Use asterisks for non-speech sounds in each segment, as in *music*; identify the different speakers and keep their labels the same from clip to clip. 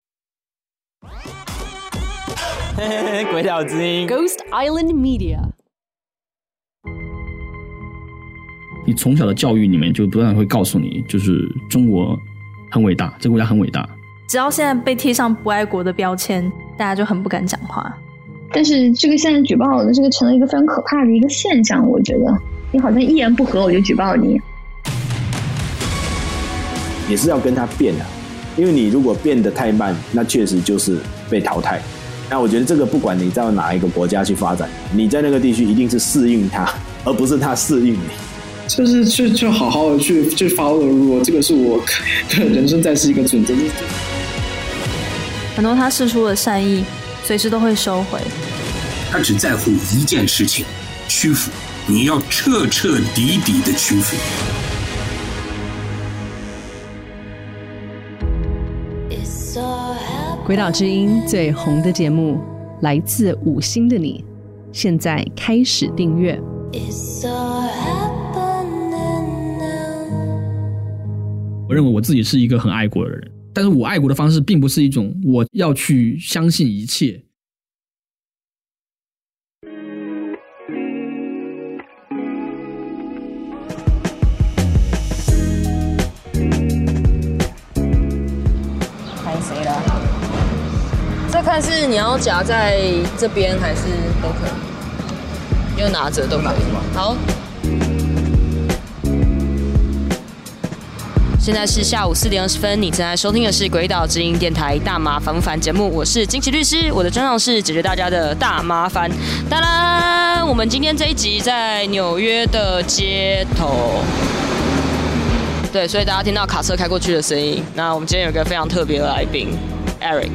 Speaker 1: *laughs* 鬼岛之音。
Speaker 2: Ghost Island Media.
Speaker 3: 你从小的教育里面就不断地会告诉你，就是中国很伟大，这个国家很伟大。
Speaker 4: 只要现在被贴上不爱国的标签，大家就很不敢讲话。
Speaker 5: 但是这个现在举报的这个成了一个非常可怕的一个现象，我觉得你好像一言不合我就举报你，
Speaker 6: 也是要跟他变的、因为你如果变得太慢，那确实就是被淘汰。那我觉得这个不管你到哪一个国家去发展，你在那个地区一定是适应它，而不是它适应你。
Speaker 7: 就是去去好好的去去 follow the rule，这个是我对人生在世一个准则。就是
Speaker 4: 很多他示出的善意，随时都会收回。
Speaker 8: 他只在乎一件事情：屈服。你要彻彻底底的屈服。
Speaker 9: 鬼岛之音最红的节目《来自五星的你》，现在开始订阅。
Speaker 3: 我认为我自己是一个很爱国的人，但是我爱国的方式并不是一种我要去相信一切。
Speaker 10: 看谁啦？这看是你要夹在这边还是都可以，你就拿着都可以。好。现在是下午四点二十分，你正在收听的是《鬼岛之音》电台《大麻烦不烦》节目，我是金奇律师，我的专长是解决大家的大麻烦。当然，我们今天这一集在纽约的街头。对，所以大家听到卡车开过去的声音。那我们今天有一个非常特别的来宾，Eric。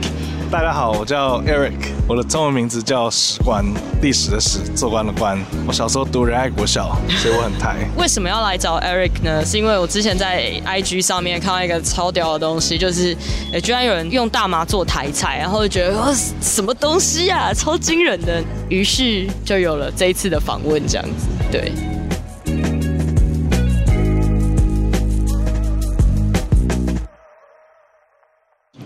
Speaker 11: 大家好，我叫 Eric，我的中文名字叫史官，历史的史，做官的官。我小时候读仁爱国小，所以我很台。
Speaker 10: 为什么要来找 Eric 呢？是因为我之前在 IG 上面看到一个超屌的东西，就是诶、居然有人用大麻做台菜，然后就觉得哇，什么东西啊，超惊人的。于是就有了这一次的访问，这样子。对，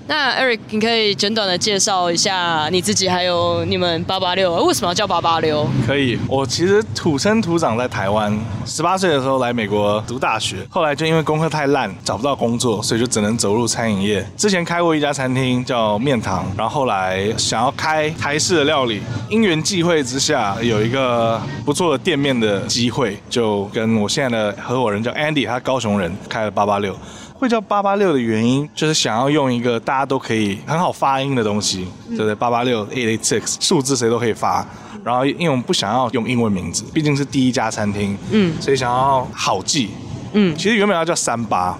Speaker 10: 那 Eric，你可以简短的介绍一下你自己，还有你们八八六为什么要叫八八六？
Speaker 11: 可以，我其实土生土长在台湾，十八岁的时候来美国读大学，后来就因为功课太烂，找不到工作，所以就只能走入餐饮业。之前开过一家餐厅叫面堂，然后后来想要开台式的料理，因缘际会之下有一个不错的店面的机会，就跟我现在的合伙人叫 Andy，他高雄人，开了八八六。会叫八八六的原因，就是想要用一个大家都可以很好发音的东西，
Speaker 10: 嗯
Speaker 11: 对不对？八八六、eight eight six，数字谁都可以发。然后，因为我们不想要用英文名字，毕竟是第一家餐厅，
Speaker 10: 嗯
Speaker 11: 所以想要好记。
Speaker 10: 嗯，
Speaker 11: 其实原本要叫三八，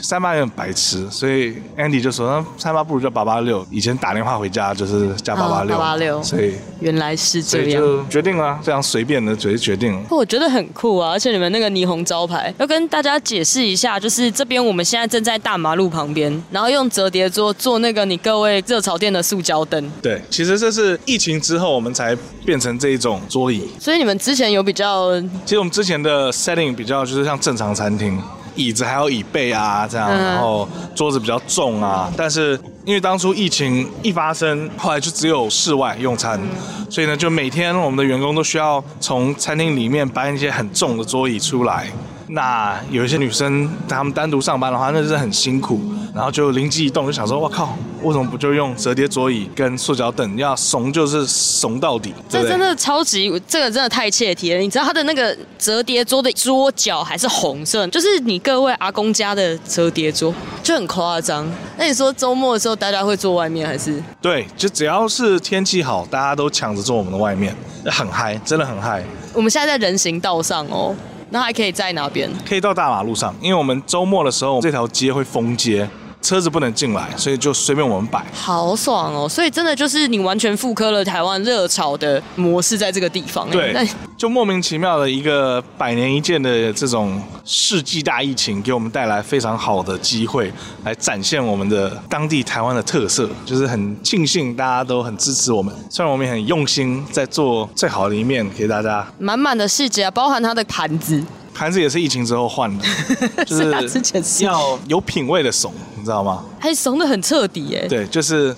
Speaker 11: 三八有点白痴，所以 Andy 就说，那三八不如叫八八六。以前打电话回家就是加八八六，
Speaker 10: 886
Speaker 11: 所以
Speaker 10: 原来是
Speaker 11: 所
Speaker 10: 这
Speaker 11: 以
Speaker 10: 样。
Speaker 11: 就决定了，非常随便的决决定了。
Speaker 10: 哦我觉得很酷啊！而且你们那个霓虹招牌，要跟大家解释一下，就是这边我们现在正在大马路旁边，然后用折叠桌做那个你各位热炒店的塑胶灯。
Speaker 11: 对，其实这是疫情之后我们才变成这一种桌椅。
Speaker 10: 所以你们之前有比较，
Speaker 11: 其实我们之前的 setting 比较就是像正常餐厅，椅子还有椅背啊这样，
Speaker 10: 嗯
Speaker 11: 然后桌子比较重啊。但是因为当初疫情一发生，后来就只有室外用餐，
Speaker 10: 嗯
Speaker 11: 所以呢，就每天我们的员工都需要从餐厅里面搬一些很重的桌椅出来。那有一些女生，她们单独上班的话，那就是很辛苦。然后就灵机一动，就想说：“我靠，为什么不就用折叠桌椅跟塑胶凳？要怂就是怂到底，
Speaker 10: 这
Speaker 11: 对不对
Speaker 10: 真？”的超级，这个真的太切题了。你知道它的那个折叠桌的桌角还是红色，就是你各位阿公家的折叠桌，就很夸张。那你说周末的时候大家会坐外面还是？
Speaker 11: 对，就只要是天气好，大家都抢着坐我们的外面，很嗨，真的很嗨，
Speaker 10: 我们现在在人行道上哦，那还可以在哪边？
Speaker 11: 可以到大马路上，因为我们周末的时候，这条街会封街，车子不能进来，所以就随便我们摆。
Speaker 10: 好爽哦！所以真的就是你完全复刻了台湾热炒的模式，在这个地方。欸
Speaker 11: 对
Speaker 10: 那，
Speaker 11: 就莫名其妙的一个百年一见的这种世纪大疫情，给我们带来非常好的机会，来展现我们的当地台湾的特色。就是很庆幸大家都很支持我们，虽然我们也很用心在做最好的一面给大家。
Speaker 10: 满满的细节啊，包含它的盘子，
Speaker 11: 盘子也是疫情之后换的，
Speaker 10: *laughs*
Speaker 11: 就是
Speaker 10: 啊之
Speaker 11: *laughs*
Speaker 10: 前是哎
Speaker 11: 要有品味的怂，你知道吗？
Speaker 10: 还怂的很彻底耶。
Speaker 11: 对，就是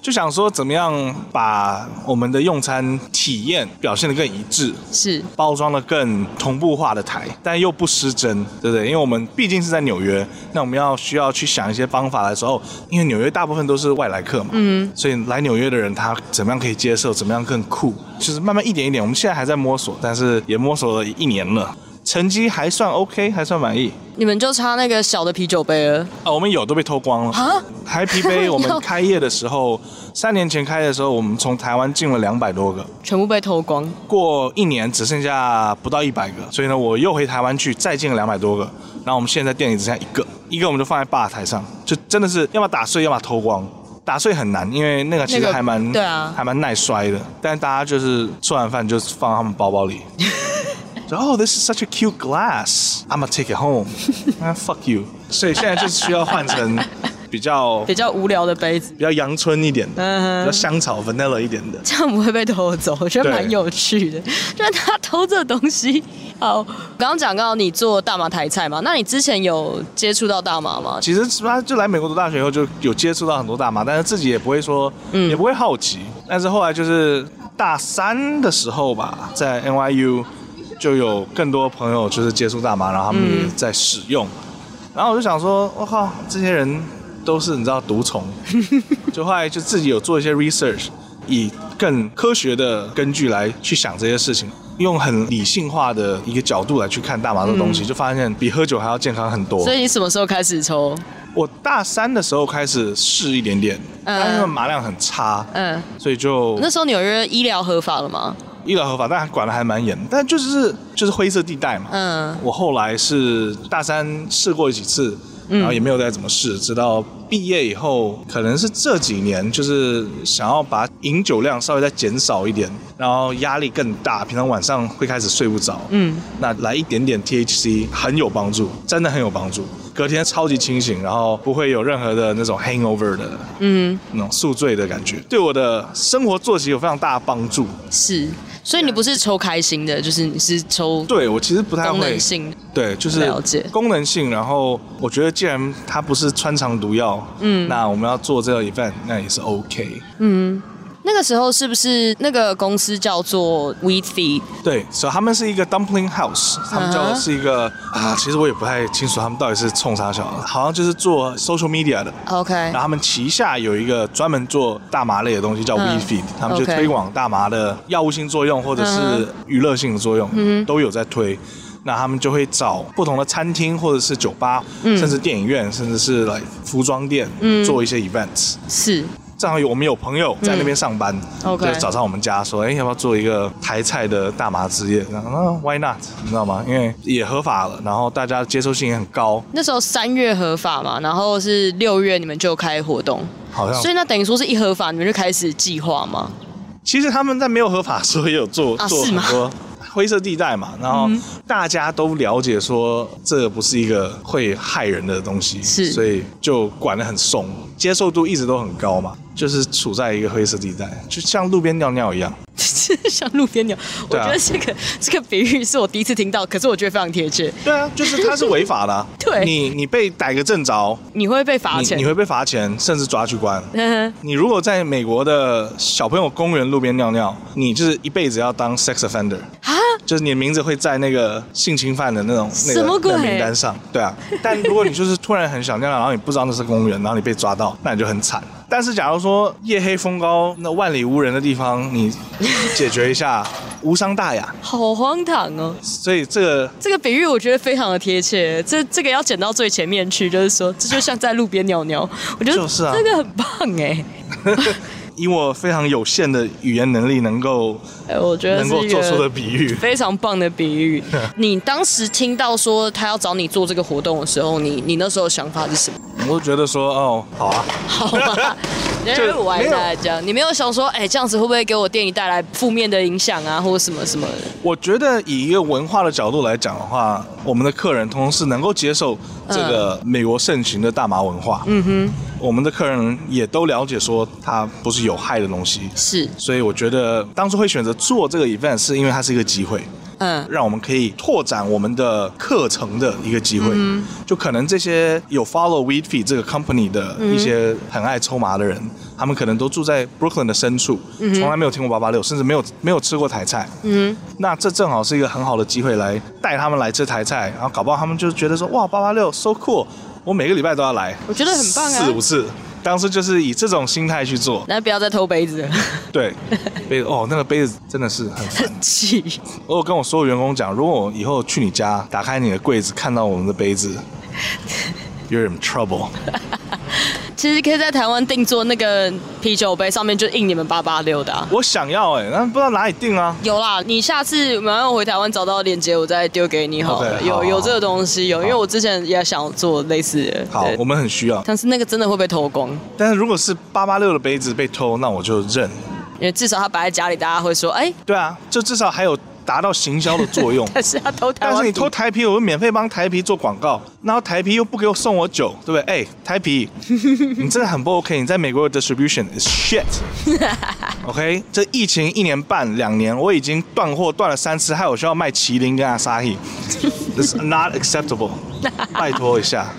Speaker 11: 就想说怎么样把我们的用餐体验表现得更一致，
Speaker 10: 是
Speaker 11: 包装的更同步化的台，但又不失真，对不对？因为我们毕竟是在纽约，那我们要需要去想一些方法的时候，因为纽约大部分都是外来客嘛，
Speaker 10: 嗯
Speaker 11: 所以来纽约的人他怎么样可以接受，怎么样更酷，就是慢慢一点一点，我们现在还在摸索，但是也摸索了一年了，成绩还算 OK，还算满意。
Speaker 10: 你们就差那个小的啤酒杯了
Speaker 11: 啊，我们有都被偷光了
Speaker 10: 啊！
Speaker 11: 台啤杯，我
Speaker 10: 要
Speaker 11: 们开业的时候，三年前开的时候，我们从台湾进了两百多个，
Speaker 10: 全部被偷光。
Speaker 11: 过一年只剩下不到一百个，所以呢，我又回台湾去再进了两百多个，然后我们现在店里只剩下一个，一个我们就放在吧台上，就真的是要么打碎，要么偷光。打碎很难，因为那个其
Speaker 10: 那
Speaker 11: 实
Speaker 10: 个
Speaker 11: 还蛮、
Speaker 10: 对啊
Speaker 11: 还蛮耐摔的。但大家就是吃完饭就放他们包
Speaker 10: *laughs*
Speaker 11: 包里。然后 this is such a cute glass. I'm gonna take it home.
Speaker 10: *laughs*
Speaker 11: Man, fuck you. 所以现在就是需要换成比较
Speaker 10: *laughs* 比较无聊的杯子，
Speaker 11: 比较阳春一点的，
Speaker 10: 嗯 *laughs*
Speaker 11: 比较香草 vanilla 一点的。
Speaker 10: 这样不会被偷走，我觉得
Speaker 11: 对
Speaker 10: 蛮有趣
Speaker 11: *laughs*
Speaker 10: 的。就是他偷这东西，好，刚刚讲到你做大麻台菜嘛，那你之前有接触到大麻吗？
Speaker 11: 其实他就来美国读大学以后，就有接触到很多大麻，但是自己也不会说，也不会好奇。但是后来就是大三的时候吧，在 NYU 就有更多朋友就是接触大麻，然后他们也在使用。然后我就想说，我靠，这些人都是你知道毒虫，就后来就自己有做一些 research，以更科学的根据来去想这些事情，用很理性化的一个角度来去看大麻这个东西，就发现比喝酒还要健康很多。
Speaker 10: 所以你什么时候开始抽？
Speaker 11: 我大三的时候开始试一点点，
Speaker 10: 嗯
Speaker 11: 但因为麻量很差，
Speaker 10: 嗯，
Speaker 11: 所以就
Speaker 10: 那时候纽约医疗合法了吗？
Speaker 11: 医疗合法，但管的还蛮严，但就是就是灰色地带嘛。
Speaker 10: 嗯，
Speaker 11: 我后来是大三试过几次，然后也没有再怎么试，直到毕业以后，可能是这几年就是想要把饮酒量稍微再减少一点，然后压力更大，平常晚上会开始睡不着，
Speaker 10: 嗯，
Speaker 11: 那来一点点 THC 很有帮助，真的很有帮助。隔天超级清醒，然后不会有任何的那种 hangover 的，嗯，那种宿醉的感觉，对我的生活作息有非常大的帮助。
Speaker 10: 是。所以你不是抽开心的，就是你是抽
Speaker 11: 啊对我其实不太
Speaker 10: 功
Speaker 11: 会
Speaker 10: 能性。
Speaker 11: 对，就是
Speaker 10: 了解
Speaker 11: 功能性。然后我觉得，既然它不是穿肠毒药，嗯，那我们要做这个 event，那也是 OK。
Speaker 10: 那个时候是不是那个公司叫做 Weed Feed？
Speaker 11: 对，所以他们是一个 dumpling house，他们叫
Speaker 10: 嗯
Speaker 11: 的
Speaker 10: 哼
Speaker 11: 是一个、啊，其实我也不太清楚他们到底是冲啥小的，好像就是做 social media 的。
Speaker 10: OK，
Speaker 11: 然后他们旗下有一个专门做大麻类的东西叫 w
Speaker 10: 嗯
Speaker 11: e Feed，、他们就
Speaker 10: OK
Speaker 11: 推广大麻的药物性作用或者
Speaker 10: 嗯
Speaker 11: 是娱乐性的作用，都有在推。那他们就会找不同的餐厅或者是酒吧，
Speaker 10: 嗯
Speaker 11: 甚至电影院，甚至是来服装店、做一些 events。
Speaker 10: 是
Speaker 11: 正好有我们有朋友在那边上班，
Speaker 10: 嗯 OK
Speaker 11: 就找上我们家说，哎、要不要做一个台菜的大麻之夜？然后啊 Why not？你知道吗？因为也合法了，然后大家接受性也很高，
Speaker 10: 那时候三月合法嘛，然后是六月你们就开活动，
Speaker 11: 好像
Speaker 10: 所以那等于说是一合法你们就开始计划 *laughs* 嘛。
Speaker 11: 其实他们在没有合法的时候也有做、
Speaker 10: 啊
Speaker 11: 做
Speaker 10: 是
Speaker 11: 很
Speaker 10: 吗嗯
Speaker 11: 多灰色地带嘛，然后大家都了解说这不是一个会害人的东西，
Speaker 10: 是
Speaker 11: 所以就管得很松，接受度一直都很高嘛，就是处在一个灰色地带，就像路边尿尿一样。
Speaker 10: 像路边鸟，我
Speaker 11: 对
Speaker 10: 觉
Speaker 11: 啊
Speaker 10: 得这个这个比喻是我第一次听到，可是我觉得非常贴切。
Speaker 11: 对啊，就是它是违法的啊、
Speaker 10: *laughs* 对
Speaker 11: 你你被逮个正着，
Speaker 10: 你会被罚
Speaker 11: 你
Speaker 10: 钱
Speaker 11: 你，会被罚钱，甚至抓去关。
Speaker 10: 嗯哼
Speaker 11: 你如果在美国的小朋友公园路边尿尿，你就是一辈子要当 sex offender
Speaker 10: 啊，
Speaker 11: 就是你的名字会在那个性侵犯的那种那
Speaker 10: 什
Speaker 11: 个
Speaker 10: 么鬼
Speaker 11: 那个名单上。对啊，但如果你就是突然很想尿尿，然后你不知道那是公园，然后你被抓到，那你就很惨。但是假如说夜黑风高、那万里无人的地方，你解决一下，无伤大雅。
Speaker 10: *laughs* 好荒唐哦！
Speaker 11: 所以这个
Speaker 10: 这个比喻我觉得非常的贴切，这这个要剪到最前面去，就是说这就像在路边尿尿，我觉得
Speaker 11: 就是啊
Speaker 10: 这个很棒哎、
Speaker 11: 以我非常有限的语言能力，能够
Speaker 10: 哎，我觉得
Speaker 11: 能
Speaker 10: 是
Speaker 11: 够
Speaker 10: 一
Speaker 11: 做出的
Speaker 10: 个
Speaker 11: 比喻，
Speaker 10: 非常棒的比
Speaker 11: *laughs*
Speaker 10: 喻。你当时听到说他要找你做这个活动的时候，你你那时候想法是什么？
Speaker 11: 我就觉得说，哦，好
Speaker 10: *laughs*
Speaker 11: 啊， *laughs*
Speaker 10: 好吧，因为我还在这样，你没有想说，哎、这样子会不会给我店里带来负面的影响啊，或者什么什么的？
Speaker 11: 我觉得以一个文化的角度来讲的话，我们的客人通常是能够接受这个美国盛行的大麻文化。嗯哼，我们的客人也都了解说它不是有害的东西，
Speaker 10: 是
Speaker 11: 所以我觉得当初会选择做这个 event 是因为它是一个机会。
Speaker 10: 嗯
Speaker 11: 让我们可以拓展我们的课程的一个机会。
Speaker 10: 嗯
Speaker 11: 就可能这些有 follow Weedfee 这个 company 的一些很爱抽麻的人，他们可能都住在 Brooklyn 的深处，
Speaker 10: 嗯哼
Speaker 11: 从来没有听过八八六，甚至没有没有吃过台菜。
Speaker 10: 嗯
Speaker 11: 那这正好是一个很好的机会来带他们来吃台菜，然后搞不好他们就觉得说哇八八六 so cool，我每个礼拜都要来，
Speaker 10: 我觉得很棒啊
Speaker 11: 四五次。当时就是以这种心态去做
Speaker 10: *laughs* 哼，，那不要再偷杯子了， *laughs*
Speaker 11: 对，杯子哦，那个杯子真的是很烦。
Speaker 10: 气。
Speaker 11: 我有跟我所有员工讲，如果我以后去你家，打开你的柜子，看到我们的杯子，you're in trouble。
Speaker 10: 其实可以在台湾定做那个啤酒杯，上面就印你们八八六的、啊。
Speaker 11: 我想要哎、那不知道哪里订啊。
Speaker 10: 有啦，你下次马上回台湾找到链接，我再丢给你好了。
Speaker 11: OK，
Speaker 10: 有
Speaker 11: 好
Speaker 10: 有这个东西，有，因为我之前也想做类似的。
Speaker 11: 好
Speaker 10: 对，
Speaker 11: 我们很需要。
Speaker 10: 但是那个真的会被偷光，
Speaker 11: 但是如果是八八六的杯子被偷，那我就认。
Speaker 10: 因为至少它摆在家里，大家会说，哎、。
Speaker 11: 对啊，就至少还有达到行销的作
Speaker 10: *laughs*
Speaker 11: 用
Speaker 10: 但是他偷台湾
Speaker 11: *laughs* 但
Speaker 10: 啤，
Speaker 11: 是你偷台啤，我就免费帮台啤做广告，然后台啤又不给我送我酒，对不对？哎、台啤，你真的很不 OK。你在美国的 distribution is shit 。OK，这疫情一年半两年，我已经断货断了三次，害我需要卖麒麟跟阿萨希，This is not acceptable 。拜托一下，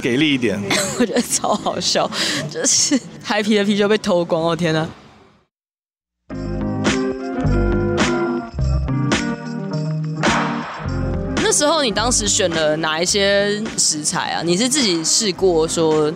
Speaker 11: 给力一点。
Speaker 10: 我觉得超好笑，就是台啤的啤酒被偷光，哦天呐！那时候你当时选了哪一些食材啊？你是自己试过说，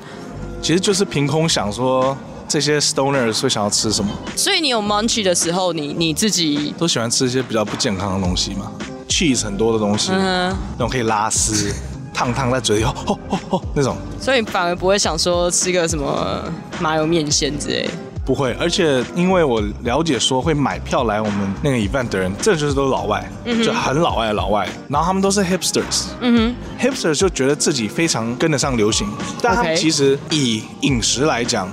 Speaker 11: 其实就是凭空想说这些 stoners 会想要吃什么，
Speaker 10: 所以你有 munch 的时候，你你自己
Speaker 11: 都喜欢吃一些比较不健康的东西嘛，cheese 很多的东西，
Speaker 10: 嗯哼
Speaker 11: 那种可以拉丝、 *laughs* 烫烫在嘴里，吼吼吼吼那种。
Speaker 10: 所以你反而不会想说吃个什么麻油面线之类的。
Speaker 11: 不会，而且因为我了解说会买票来我们那个 event 的人，这就是都是老外，
Speaker 10: 嗯
Speaker 11: 就很老外的老外，然后他们都是 hipsters，嗯哼，hipsters 就觉得自己非常跟得上流行，但他们
Speaker 10: OK
Speaker 11: 其实以饮食来讲，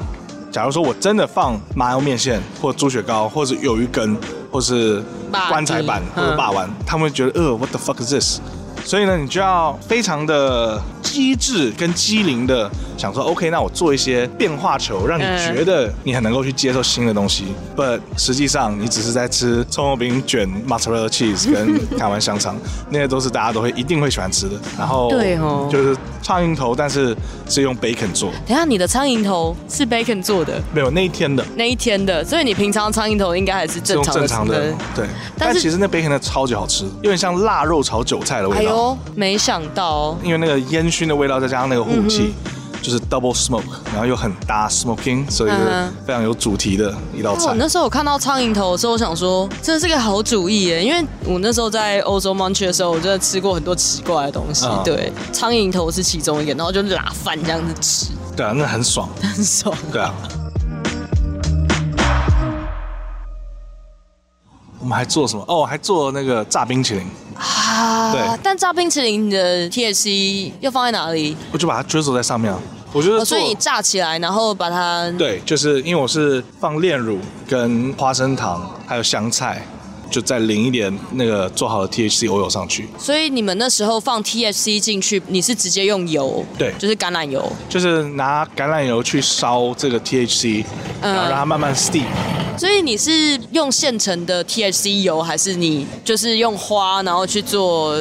Speaker 11: 假如说我真的放麻油面线或猪血糕或者鱿鱼羹或是
Speaker 10: 霸
Speaker 11: 棺材板
Speaker 10: 嗯
Speaker 11: 或者霸王丸，他们会觉得呃 what the fuck is this？所以呢，你就要非常的机智跟机灵的想说，OK，那我做一些变化球，让你
Speaker 10: 嗯
Speaker 11: 觉得你很能够去接受新的东西。But 实际上，你只是在吃葱油饼卷、mozzarella cheese 跟台湾香
Speaker 10: *laughs*
Speaker 11: 肠，那些都是大家都会一定会喜欢吃的。然后
Speaker 10: 对哦
Speaker 11: 就是苍蝇头，但是是用 bacon 做，
Speaker 10: 等一下你的苍蝇头是 bacon 做的
Speaker 11: 没有那一天的。
Speaker 10: 那一天的，所以你平常苍蝇头应该还是
Speaker 11: 是
Speaker 10: 正
Speaker 11: 用
Speaker 10: 常的
Speaker 11: 正常的
Speaker 10: 成分，
Speaker 11: 对，
Speaker 10: 但
Speaker 11: 但
Speaker 10: 是
Speaker 11: 其实那 bacon 的超级好吃，有点像腊肉炒韭菜的味道。
Speaker 10: 哎呦，没想到哦。
Speaker 11: 因为那个烟熏的味道，再加上那个火
Speaker 10: 嗯
Speaker 11: 气，就是 double smoke，然后又很搭 smoking，所以就是
Speaker 10: 嗯
Speaker 11: 非常有主题的一
Speaker 10: 但
Speaker 11: 道
Speaker 10: 我
Speaker 11: 菜。
Speaker 10: 哦那时候我看到苍蝇头的时候，我想说，真的是个好主意耶！因为我那时候在欧洲 munch 的时候，我真的吃过很多奇怪的东西。
Speaker 11: 嗯
Speaker 10: 对，苍蝇头是其中一个，然后就拉饭这样子吃，
Speaker 11: 对啊，那很爽。
Speaker 10: 很 *laughs* 爽。
Speaker 11: 对啊。我们还做什么？哦，还做那个炸冰淇淋，
Speaker 10: 啊
Speaker 11: 对！
Speaker 10: 但炸冰淇淋的 THC 要放在哪里？
Speaker 11: 我就把它 drizzle 在上面啊。我觉得
Speaker 10: 哦，所以你
Speaker 11: 做
Speaker 10: 炸起来，然后把它
Speaker 11: 对，就是因为我是放炼乳、跟花生糖，还有香菜，就再淋一点那个做好的 THC oil 上去。
Speaker 10: 所以你们那时候放 THC 进去，你是直接用油，
Speaker 11: 对
Speaker 10: 就是橄榄油，
Speaker 11: 就是拿橄榄油去烧这个 THC，、
Speaker 10: 嗯
Speaker 11: 然后让它慢慢 steam。
Speaker 10: 所以你是用现成的 THC 油，还是你就是用花然后去做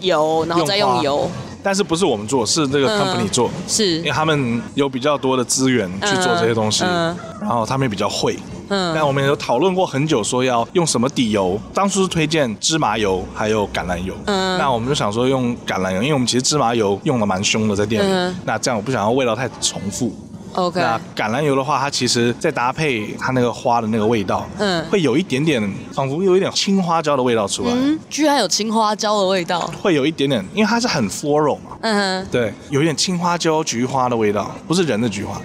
Speaker 10: 油，然后再用油？
Speaker 11: 但是不是我们做，是这个
Speaker 10: 嗯
Speaker 11: company 做，因为
Speaker 10: 是，
Speaker 11: 他们有比较多的资源去做这些东西，
Speaker 10: 嗯
Speaker 11: 然后他们也比较会。但
Speaker 10: 嗯，
Speaker 11: 我们也有讨论过很久，说要用什么底油。当初是推荐芝麻油还有橄榄油，
Speaker 10: 嗯
Speaker 11: 那我们就想说用橄榄油，因为我们其实芝麻油用的蛮凶的在店里，
Speaker 10: 嗯
Speaker 11: 那这样我不想要味道太重复，
Speaker 10: OK，
Speaker 11: 那橄榄油的话，它其实再搭配它那个花的那个味道，
Speaker 10: 嗯
Speaker 11: 会有一点点，仿佛有一点青花椒的味道出来，
Speaker 10: 嗯，居然有青花椒的味道，
Speaker 11: 会有一点点，因为它是很 floral 嘛，
Speaker 10: 嗯哼，
Speaker 11: 对，有一点青花椒、菊花的味道，不是人的菊
Speaker 10: *laughs*
Speaker 11: 花。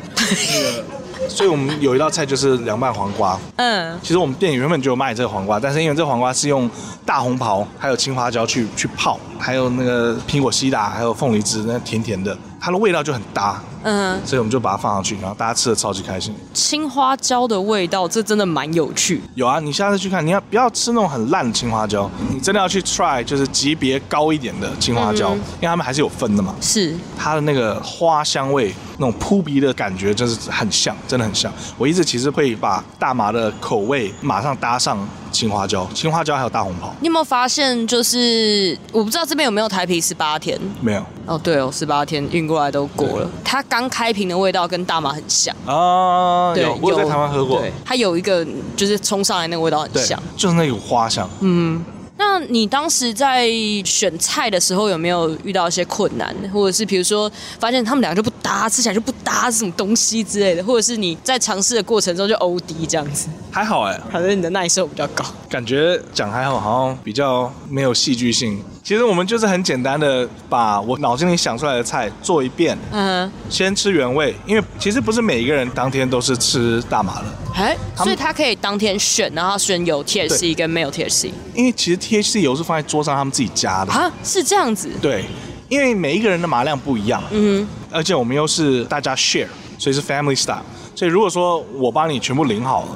Speaker 11: 那个，所以我们有一道菜就是凉拌黄瓜。
Speaker 10: 嗯，
Speaker 11: 其实我们店里原本就有卖这个黄瓜，但是因为这个黄瓜是用大红袍还有青花椒去去泡，还有那个苹果西打，还有凤梨汁，那甜甜的，它的味道就很搭，
Speaker 10: 嗯，
Speaker 11: 所以我们就把它放上去，然后大家吃的超级开心。
Speaker 10: 青花椒的味道，这真的蛮有趣。
Speaker 11: 有啊，你下次去看，你要不要吃那种很烂的青花椒？你真的要去 try 就是级别高一点的青花椒，
Speaker 10: 嗯
Speaker 11: 因为他们还是有分的嘛。
Speaker 10: 是，
Speaker 11: 它的那个花香味，那种扑鼻的感觉，真是很像，真的很像。我一直其实会把大麻的口味马上搭上青花椒，青花椒还有大红袍，
Speaker 10: 你有没有发现，就是我不知道这边有没有台啤十八天？
Speaker 11: 没有
Speaker 10: 哦，对哦，十八天运过来都过了。它刚开瓶的味道跟大麻很像，
Speaker 11: 啊？
Speaker 10: 对
Speaker 11: 有，我有在台湾喝过，
Speaker 10: 对，它有一个就是冲上来那个味道很
Speaker 11: 对
Speaker 10: 像。，
Speaker 11: 就是那股花香。
Speaker 10: 嗯，那你当时在选菜的时候有没有遇到一些困难，或者是比如说发现他们两个就不搭，吃起来就不搭，是什么东西之类的，或者是你在尝试的过程中就 O D 这样子，
Speaker 11: 还好哎、
Speaker 10: 反正你的耐受比较高。
Speaker 11: 感觉讲还好，好像比较没有戏剧性。其实我们就是很简单的把我脑筋里想出来的菜做一遍，
Speaker 10: 嗯，
Speaker 11: 先吃原味，因为其实不是每一个人当天都是吃大麻的，
Speaker 10: 哎，所
Speaker 11: 他们
Speaker 10: 以他可以当天选，然后选有 THC 跟没有 THC
Speaker 11: 因为其实 THC 油是放在桌上他们自己加的。
Speaker 10: 啊，是这样子。
Speaker 11: 对，因为每一个人的麻量不一样，啊
Speaker 10: 嗯
Speaker 11: 而且我们又是大家 share，所以是 family style。所以如果说我帮你全部领好了，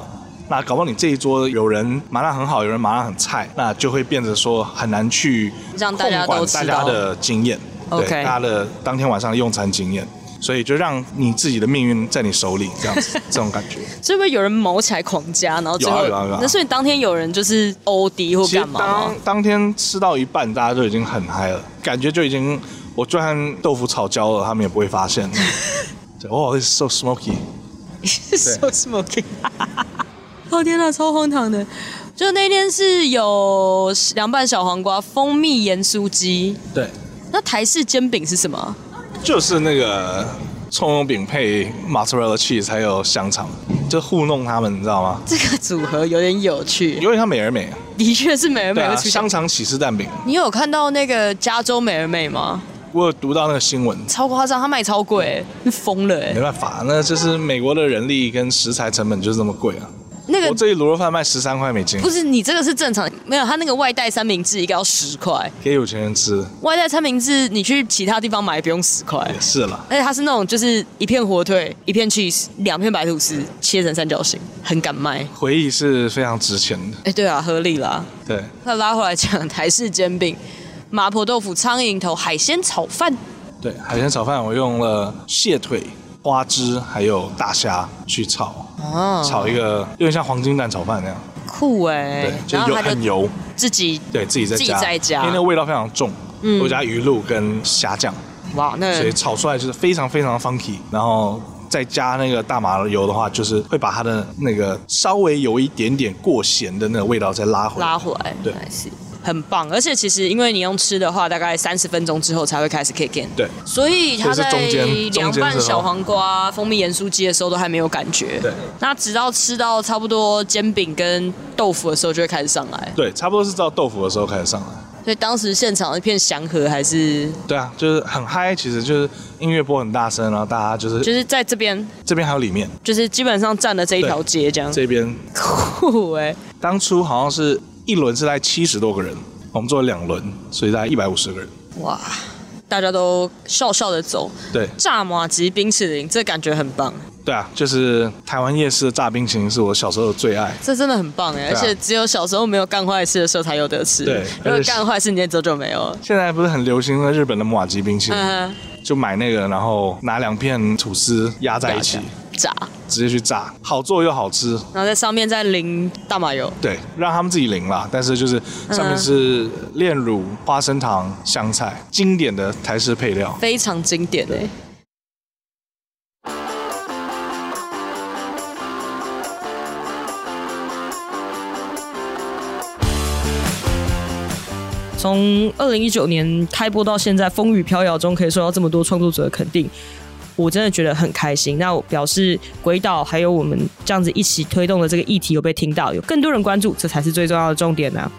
Speaker 11: 那搞不好你这一桌有人麻辣很好，有人麻辣很菜，那就会变成说很难去
Speaker 10: 让大家
Speaker 11: 控
Speaker 10: 都
Speaker 11: 管
Speaker 10: 吃
Speaker 11: 大家
Speaker 10: 到
Speaker 11: 的经验，对
Speaker 10: OK
Speaker 11: 大家的当天晚上的用餐经验。所以就让你自己的命运在你手里，这样
Speaker 10: *laughs*
Speaker 11: 子，这种感觉。
Speaker 10: 哼，所以会有人谋起来狂加，然后最后
Speaker 11: 有啊有啊有啊
Speaker 10: 那所以当天有人就是 O D 或
Speaker 11: 其实
Speaker 10: 干嘛啊 *laughs*
Speaker 11: 当
Speaker 10: 吗？
Speaker 11: 当天吃到一半，大家就已经很嗨了，感觉就已经我就算豆腐炒焦了，他们也不会
Speaker 10: *laughs*
Speaker 11: 发现。对哦、oh,，it's so smoky。
Speaker 10: so smoking，哦天呐，超荒唐的！就那天是有凉拌小黄瓜、蜂蜜盐酥鸡，
Speaker 11: 对，
Speaker 10: 那台式煎饼是什么啊？
Speaker 11: 就是那个葱油饼配 mozzarella cheese 还有香肠，就糊弄他们，你知道吗？
Speaker 10: 这个组合有点有趣，
Speaker 11: 有点像美而美，
Speaker 10: 的确是美而美
Speaker 11: 对
Speaker 10: 会
Speaker 11: 啊，
Speaker 10: 出现
Speaker 11: 香。肠起司蛋饼。
Speaker 10: 你有看到那个加州美而美吗？
Speaker 11: 我有读到那个新闻，
Speaker 10: 超夸张，它卖超
Speaker 11: *laughs*
Speaker 10: 贵，你疯了哎
Speaker 11: 没！办法，那就是美国的人力跟食材成本就是这么贵啊。
Speaker 10: 那个
Speaker 11: 我这一卤肉饭卖十三块美金
Speaker 10: 不，是你这个是正常，没有他那个外带三明治一个要十块，
Speaker 11: 给有钱人吃
Speaker 10: 外带三明治你去其他地方买不用十块，
Speaker 11: 也是了。
Speaker 10: 而且它是那种就是一片火腿、一片 cheese、两片白吐司切成三角形，很敢卖。
Speaker 11: 回忆是非常值钱的，
Speaker 10: 哎、对啊，合理啦。
Speaker 11: 对。
Speaker 10: 那拉回来讲，台式煎饼、麻婆豆腐、苍蝇头、海鲜炒饭，
Speaker 11: 对，海鲜炒饭我用了蟹腿、花枝还有大虾去炒，
Speaker 10: 哦
Speaker 11: 炒一个有点像黄金蛋炒饭那样，
Speaker 10: 酷哎、
Speaker 11: 对，就
Speaker 10: 然后
Speaker 11: 油
Speaker 10: 它
Speaker 11: 很
Speaker 10: 就
Speaker 11: 油，
Speaker 10: 自己
Speaker 11: 对自己在加，
Speaker 10: 自己在加
Speaker 11: 因为那个味道非常重，
Speaker 10: 嗯
Speaker 11: 我加鱼露跟虾酱，
Speaker 10: 哇，那
Speaker 11: 所以炒出来就是非常非常 funky，然后。再加那个大麻油的话，就是会把它的那个稍微有一点点过咸的那个味道再拉回来。
Speaker 10: 拉回来，
Speaker 11: 对
Speaker 10: I see，很棒。而且其实因为你用吃的话，大概三十分钟之后才会开始 kick in。
Speaker 11: 对
Speaker 10: 所以他在
Speaker 11: 所以是中间
Speaker 10: 凉
Speaker 11: 中间的时
Speaker 10: 拌
Speaker 11: 候
Speaker 10: 小黄瓜、蜂蜜盐酥鸡的时候都还没有感觉，
Speaker 11: 对。
Speaker 10: 那直到吃到差不多煎饼跟豆腐的时候，就会开始上来。
Speaker 11: 对，差不多是到豆腐的时候开始上来。
Speaker 10: 所以当时现场一片祥和，还是
Speaker 11: 对啊，就是很嗨，其实就是音乐播很大声，然后大家就是
Speaker 10: 就是在这边，
Speaker 11: 这边还有里面，
Speaker 10: 就是基本上占了这一条街这样。
Speaker 11: 这边
Speaker 10: 酷哎、
Speaker 11: 当初好像是一轮是在七十多个人，我们做了两轮，所以大概一百五十个人。
Speaker 10: 哇！大家都笑笑的走，
Speaker 11: 对
Speaker 10: 炸麻吉冰淇淋，这感觉很棒，
Speaker 11: 对啊，就是台湾夜市的炸冰淇淋是我小时候的最爱。
Speaker 10: 这真的很棒哎、
Speaker 11: 对
Speaker 10: 而
Speaker 11: 啊
Speaker 10: 且只有小时候没有干坏事的时候才有得吃，
Speaker 11: 对
Speaker 10: 如果
Speaker 11: 而且
Speaker 10: 干坏事你那之后就没有了。
Speaker 11: 现在不是很流行那日本的马吉冰淇淋，
Speaker 10: 嗯，
Speaker 11: 就买那个，然后拿两片吐司压在一起，
Speaker 10: *laughs* 炸，
Speaker 11: 直接去炸，好做又好吃。
Speaker 10: 然后在上面再淋大麻油，
Speaker 11: 对，让他们自己淋啦，但是就是上面是炼乳、花生糖、香菜，经典的台式配料。
Speaker 10: 非常经典哎、从二零一九年开播到现在，风雨飘摇中可以受到这么多创作者的肯定，我真的觉得很开心。那我表示鬼岛还有我们这样子一起推动的这个议题有被听到，有更多人关注，这才是最重要的重点呢、啊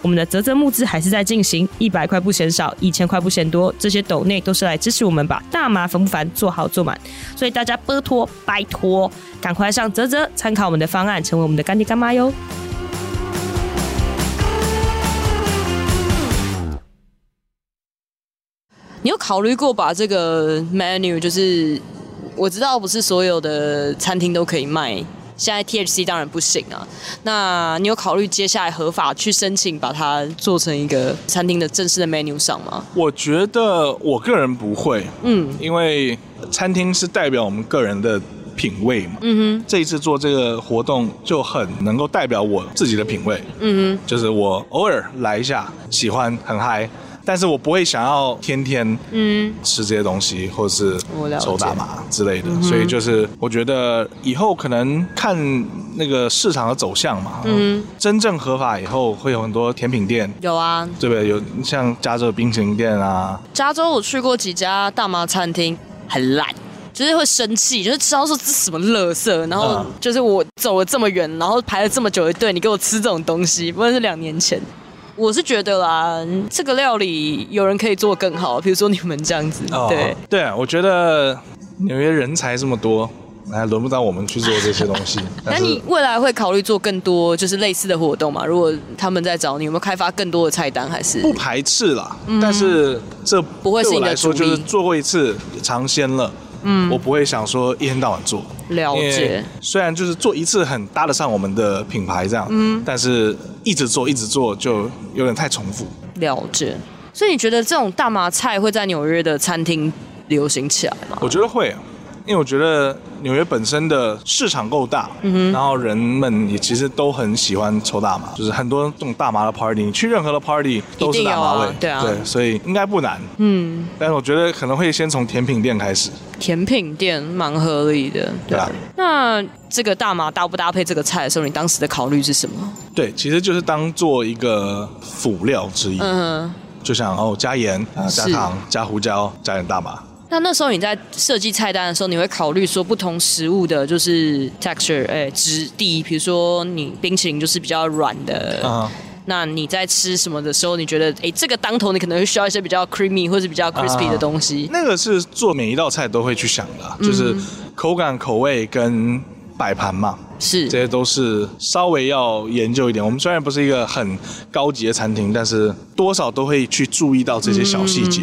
Speaker 10: 我们的泽泽募资还是在进行，一百块不嫌少，一千块不嫌多，这些斗内都是来支持我们把大麻烦不烦做好做满，所以大家拜托拜托，赶快上泽泽参考我们的方案，成为我们的干爹干妈哟。你有考虑过把这个 menu 就是我知道不是所有的餐厅都可以卖，现在 THC 当然不行啊。那你有考虑接下来合法去申请把它做成一个餐厅的正式的 menu 上吗？
Speaker 11: 我觉得我个人不会，
Speaker 10: 嗯，
Speaker 11: 因为餐厅是代表我们个人的品味嘛。
Speaker 10: 嗯
Speaker 11: 这一次做这个活动就很能够代表我自己的品味，
Speaker 10: 哼，嗯
Speaker 11: 就是我偶尔来一下，喜欢很嗨，但是我不会想要天天
Speaker 10: 哼，嗯，
Speaker 11: 吃这些东西，或者是
Speaker 10: 我了解
Speaker 11: 抽大麻之类的
Speaker 10: 嗯。哼
Speaker 11: 所以就是我觉得以后可能看那个市场的走向嘛，
Speaker 10: 嗯，
Speaker 11: 真正合法以后会有很多甜品店。
Speaker 10: 有啊。
Speaker 11: 对不对？有像加州的冰淇淋店啊，
Speaker 10: 加州我去过几家大麻餐厅，很烂。就是会生气，就是吃到说这是什么垃圾，然后
Speaker 11: 嗯
Speaker 10: 就是我走了这么远，然后排了这么久的队，你给我吃这种东西，不论是两年前，我是觉得啦，这个料理有人可以做更好，比如说你们这样子，对，
Speaker 11: 对啊，我觉得纽约人才这么多，哎，轮不到我们去做这些东
Speaker 10: *laughs*
Speaker 11: 西。但
Speaker 10: 那
Speaker 11: 是
Speaker 10: 你未来会考虑做更多就是类似的活动吗？如果他们在找你，有没有开发更多的菜单？还是
Speaker 11: 不排斥啦，但是这
Speaker 10: 嗯
Speaker 11: 不
Speaker 10: 会是你
Speaker 11: 我
Speaker 10: 的
Speaker 11: 来说
Speaker 10: 主
Speaker 11: 就
Speaker 10: 力
Speaker 11: 是做过一次尝鲜了，
Speaker 10: 嗯
Speaker 11: 我不会想说一天到晚做。
Speaker 10: 了
Speaker 11: 因
Speaker 10: 解
Speaker 11: 为？虽然就是做一次很搭得上我们的品牌这样，
Speaker 10: 嗯
Speaker 11: 但是一直做一直做就有点太重复。
Speaker 10: 了解。所以你觉得这种大麻菜会在纽约的餐厅流行起来吗？
Speaker 11: 我觉得会，啊因为我觉得纽约本身的市场够大，
Speaker 10: 嗯
Speaker 11: 然后人们也其实都很喜欢抽大麻，就是很多这种大麻的 party，你去任何的 party 都是大麻味
Speaker 10: 一定有啊，对啊
Speaker 11: 所以应该不难。
Speaker 10: 嗯，
Speaker 11: 但是我觉得可能会先从甜品店开始，
Speaker 10: 甜品店蛮合理的。
Speaker 11: 对吧、
Speaker 10: 那这个大麻搭不搭配这个菜的时候，你当时的考虑是什么？
Speaker 11: 对，其实就是当做一个辅料之一，
Speaker 10: 嗯，
Speaker 11: 就像哦加盐啊、加
Speaker 10: 是
Speaker 11: 糖、加胡椒、加点大麻。
Speaker 10: 那那时候你在设计菜单的时候，你会考虑说不同食物的就是 texture，哎、质地，比如说你冰淇淋就是比较软的，
Speaker 11: 啊、
Speaker 10: 那你在吃什么的时候，你觉得哎、这个当头你可能会需要一些比较 creamy 或是比较 crispy
Speaker 11: 啊
Speaker 10: 的东西，
Speaker 11: 那个是做每一道菜都会去想的啊，就是
Speaker 10: 嗯
Speaker 11: 口感、口味跟摆盘嘛。
Speaker 10: 是
Speaker 11: 这些都是稍微要研究一点。我们虽然不是一个很高级的餐厅，但是多少都会去注意到这些小细节。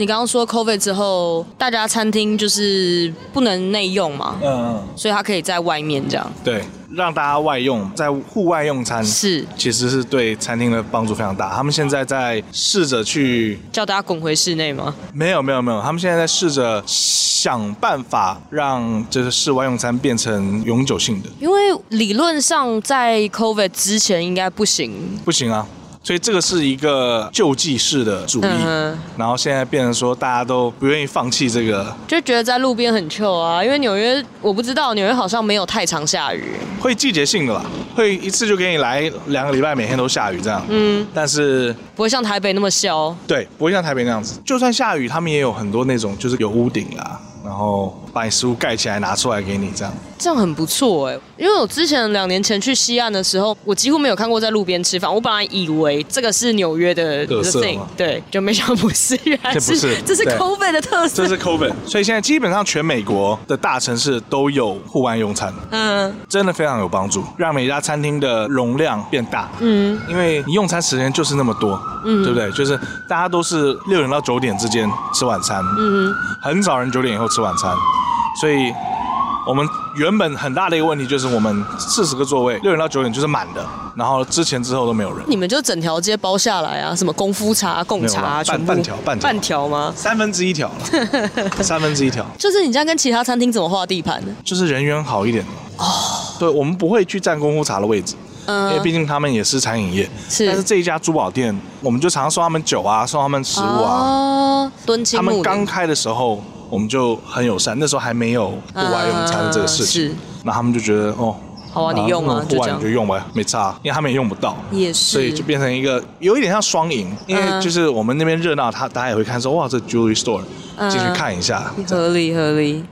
Speaker 10: 你刚刚说 COVID 之后，大家餐厅就是不能内用嘛，
Speaker 11: 嗯嗯，
Speaker 10: 所以它可以在外面这样。
Speaker 11: 对，让大家外用，在户外用餐
Speaker 10: 是
Speaker 11: 其实是对餐厅的帮助非常大。他们现在在试着去，
Speaker 10: 叫大家滚回室内吗？
Speaker 11: 没有没有没有，他们现在在试着想办法让就是室外用餐变成永久性的。
Speaker 10: 因为理论上在 COVID 之前应该不行。
Speaker 11: 不行啊。所以这个是一个救济式的主义，
Speaker 10: 嗯
Speaker 11: 然后现在变成说大家都不愿意放弃这个，
Speaker 10: 就觉得在路边很 chill 啊，因为纽约我不知道，纽约好像没有太常下雨。
Speaker 11: 会季节性的啦，会一次就给你来两个礼拜，每天都下雨这样。
Speaker 10: 嗯，
Speaker 11: 但是
Speaker 10: 不会像台北那么消。
Speaker 11: 对，不会像台北那样子，就算下雨，他们也有很多那种就是有屋顶啦，然后把你食物盖起来拿出来给你这样。
Speaker 10: 这样很不错哎、因为我之前两年前去西岸的时候，我几乎没有看过在路边吃饭。我本来以为这个是纽约的
Speaker 11: 特
Speaker 10: the
Speaker 11: 色
Speaker 10: thing，
Speaker 11: 吗
Speaker 10: 对，就没想到不是，原来
Speaker 11: 这不是
Speaker 10: 这是
Speaker 11: 对
Speaker 10: COVID 的特色。
Speaker 11: 这是 COVID，所以现在基本上全美国的大城市都有户外用餐，
Speaker 10: 嗯
Speaker 11: 真的非常有帮助，让每家餐厅的容量变大。
Speaker 10: 嗯
Speaker 11: 因为你用餐时间就是那么多，
Speaker 10: 嗯
Speaker 11: 对不对？就是大家都是六点到九点之间吃晚餐，
Speaker 10: 嗯，
Speaker 11: 很少人九点以后吃晚餐，所以我们原本很大的一个问题就是我们四十个座位，六点到九点就是满的，然后之前之后都没有人，
Speaker 10: 你们就整条街包下来啊，什么功夫茶、贡茶、
Speaker 11: 没有
Speaker 10: 啊，
Speaker 11: 啦
Speaker 10: 全部
Speaker 11: 半半条半条
Speaker 10: 半条吗？
Speaker 11: 三分之一条了，
Speaker 10: *laughs*
Speaker 11: 三分之一条
Speaker 10: 就是你这样跟其他餐厅怎么划地盘呢？
Speaker 11: 就是人缘好一点的哦，对我们不会去占功夫茶的位置。因为
Speaker 10: 嗯
Speaker 11: 毕，竟他们也是餐饮业，
Speaker 10: 是
Speaker 11: 但是这一家珠宝店，我们就常常送他们酒啊，送他们食物啊，
Speaker 10: 哦，敦亲
Speaker 11: 他
Speaker 10: 睦
Speaker 11: 们
Speaker 10: 邻
Speaker 11: 刚开的时候，我们就很友善，那时候还没有户外用餐的这个事
Speaker 10: 嗯
Speaker 11: 情，那、他们就觉得哦，
Speaker 10: 好啊，你用啊，
Speaker 11: 户
Speaker 10: 就这
Speaker 11: 外
Speaker 10: 样
Speaker 11: 你就用吧，没差，因为他们也用不到。
Speaker 10: 也
Speaker 11: 所以
Speaker 10: 是
Speaker 11: 就。变成一个有一点像双赢，因为就是我们那边热闹，他大家也会看说哇，这 jewelry store
Speaker 10: 嗯
Speaker 11: 进去看一下，这样
Speaker 10: 合理合理。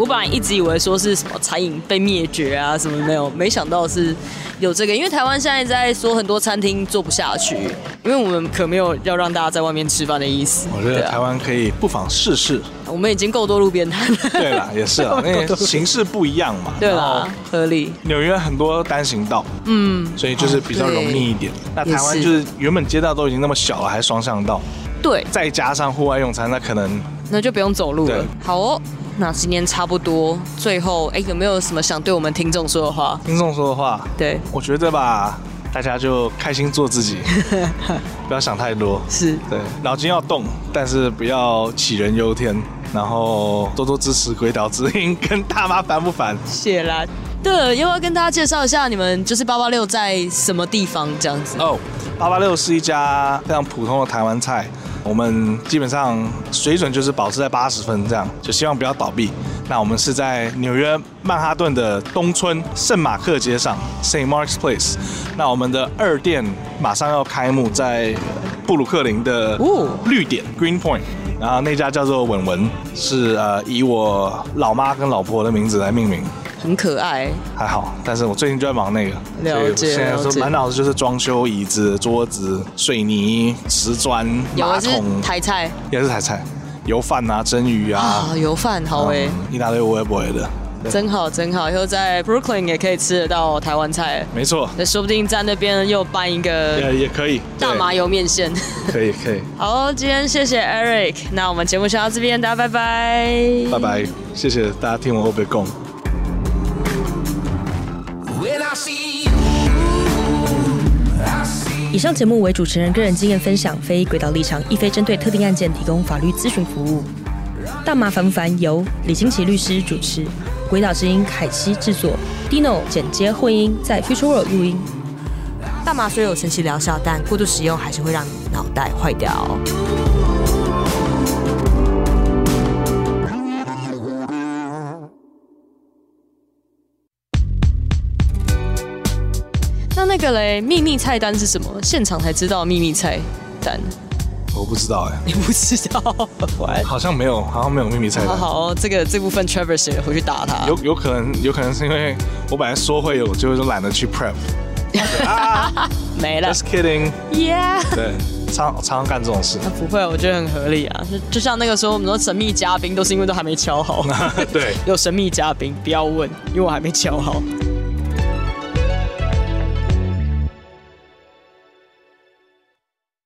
Speaker 10: 我本来一直以为说是什么餐饮被灭绝啊什么没有，没想到是有这个，因为台湾现在在说很多餐厅做不下去，因为我们可没有要让大家在外面吃饭的意思。
Speaker 11: 我觉得
Speaker 10: 对啊
Speaker 11: 台湾可以不妨试试。
Speaker 10: 我们已经够多路边摊了。
Speaker 11: 对啦，也
Speaker 10: *laughs*
Speaker 11: 是啊，因为形式不一样嘛。
Speaker 10: 对
Speaker 11: 然后
Speaker 10: 啦，合理。
Speaker 11: 纽约很多单行道，
Speaker 10: 嗯，
Speaker 11: 所以就是比较容易一点。那台湾
Speaker 10: 也是
Speaker 11: 就是原本街道都已经那么小了，还双向道，
Speaker 10: 对，
Speaker 11: 再加上户外用餐，那可能
Speaker 10: 那就不用走路了
Speaker 11: 对。
Speaker 10: 好哦，那今天差不多。最后，哎，有没有什么想对我们听众说的话？
Speaker 11: 听众说的话，
Speaker 10: 对，
Speaker 11: 我觉得吧，大家就开心做
Speaker 10: *laughs*
Speaker 11: 自己，不要想太多。
Speaker 10: 是
Speaker 11: 对，脑筋要动，但是不要杞人忧天。然后多多支持鬼岛之音跟大妈烦不烦？
Speaker 10: 谢啦。对了，要不要跟大家介绍一下你们就是八八六在什么地方这样子？
Speaker 11: 哦，八八六是一家非常普通的台湾菜，我们基本上水准就是保持在八十分这样，就希望不要倒闭。那我们是在纽约曼哈顿的东村圣马克街上 （St. Mark's Place）。那我们的二店马上要开幕，在布鲁克林的绿点 （Green Point）。然后那家叫做稳文，是呃以我老妈跟老婆的名字来命名。
Speaker 10: 很可爱，
Speaker 11: 还好，但是我最近就在忙那个，
Speaker 10: 了解
Speaker 11: 所以我现在
Speaker 10: 了
Speaker 11: 说
Speaker 10: 解
Speaker 11: 满脑子就是装修椅子、桌子、水泥、瓷砖、
Speaker 10: 有
Speaker 11: 马
Speaker 10: 的是
Speaker 11: 桶，
Speaker 10: 台菜
Speaker 11: 也是台菜，油饭啊、蒸鱼啊
Speaker 10: 啊，，油饭好哎、
Speaker 11: 嗯一大堆我也不会的，对
Speaker 10: 真好真好，以后在 Brooklyn 也可以吃得到台湾菜了。
Speaker 11: 没错，
Speaker 10: 那说不定在那边又办一
Speaker 11: 也
Speaker 10: 个
Speaker 11: 也可以，
Speaker 10: 大麻油面线。
Speaker 11: 对可以可以，
Speaker 10: 好，今天谢谢 Eric，那我们节目先到这边，大家拜拜。
Speaker 11: 拜拜，谢谢大家听我会不会供。
Speaker 1: 以上节目为主持人个人经验分享，非轨道立场，亦非针对特定案件提供法律咨询服务。大麻烦不烦由李清奇律师主持，鬼岛之音凯西制作，Dino 剪接混音，在 Future World 录音。
Speaker 12: 大麻虽有神奇疗效，但过度使用还是会让你脑袋坏掉。
Speaker 10: 那那个嘞，秘密菜单是什么？现场才知道秘密菜单。
Speaker 11: 我不知道哎，
Speaker 10: 你不知道？
Speaker 11: 好像没有，好像没有秘密菜
Speaker 10: 好
Speaker 11: 单。
Speaker 10: 好哦，这个这部分 Trevor 写了，回去打他。
Speaker 11: 有有可能，有可能是因为我本来说会有，就是懒得去 prep。
Speaker 10: 没了
Speaker 11: ，just kidding。
Speaker 10: Yeah。
Speaker 11: 对，常常常干这种
Speaker 10: *laughs*
Speaker 11: 事。
Speaker 10: 不会，我觉得很合理啊。就就像那个时候我们说神秘 *laughs* 嘉宾，都是因为都还没敲好。
Speaker 11: 对，
Speaker 10: 有神秘嘉宾，不要问，因为我还没敲好。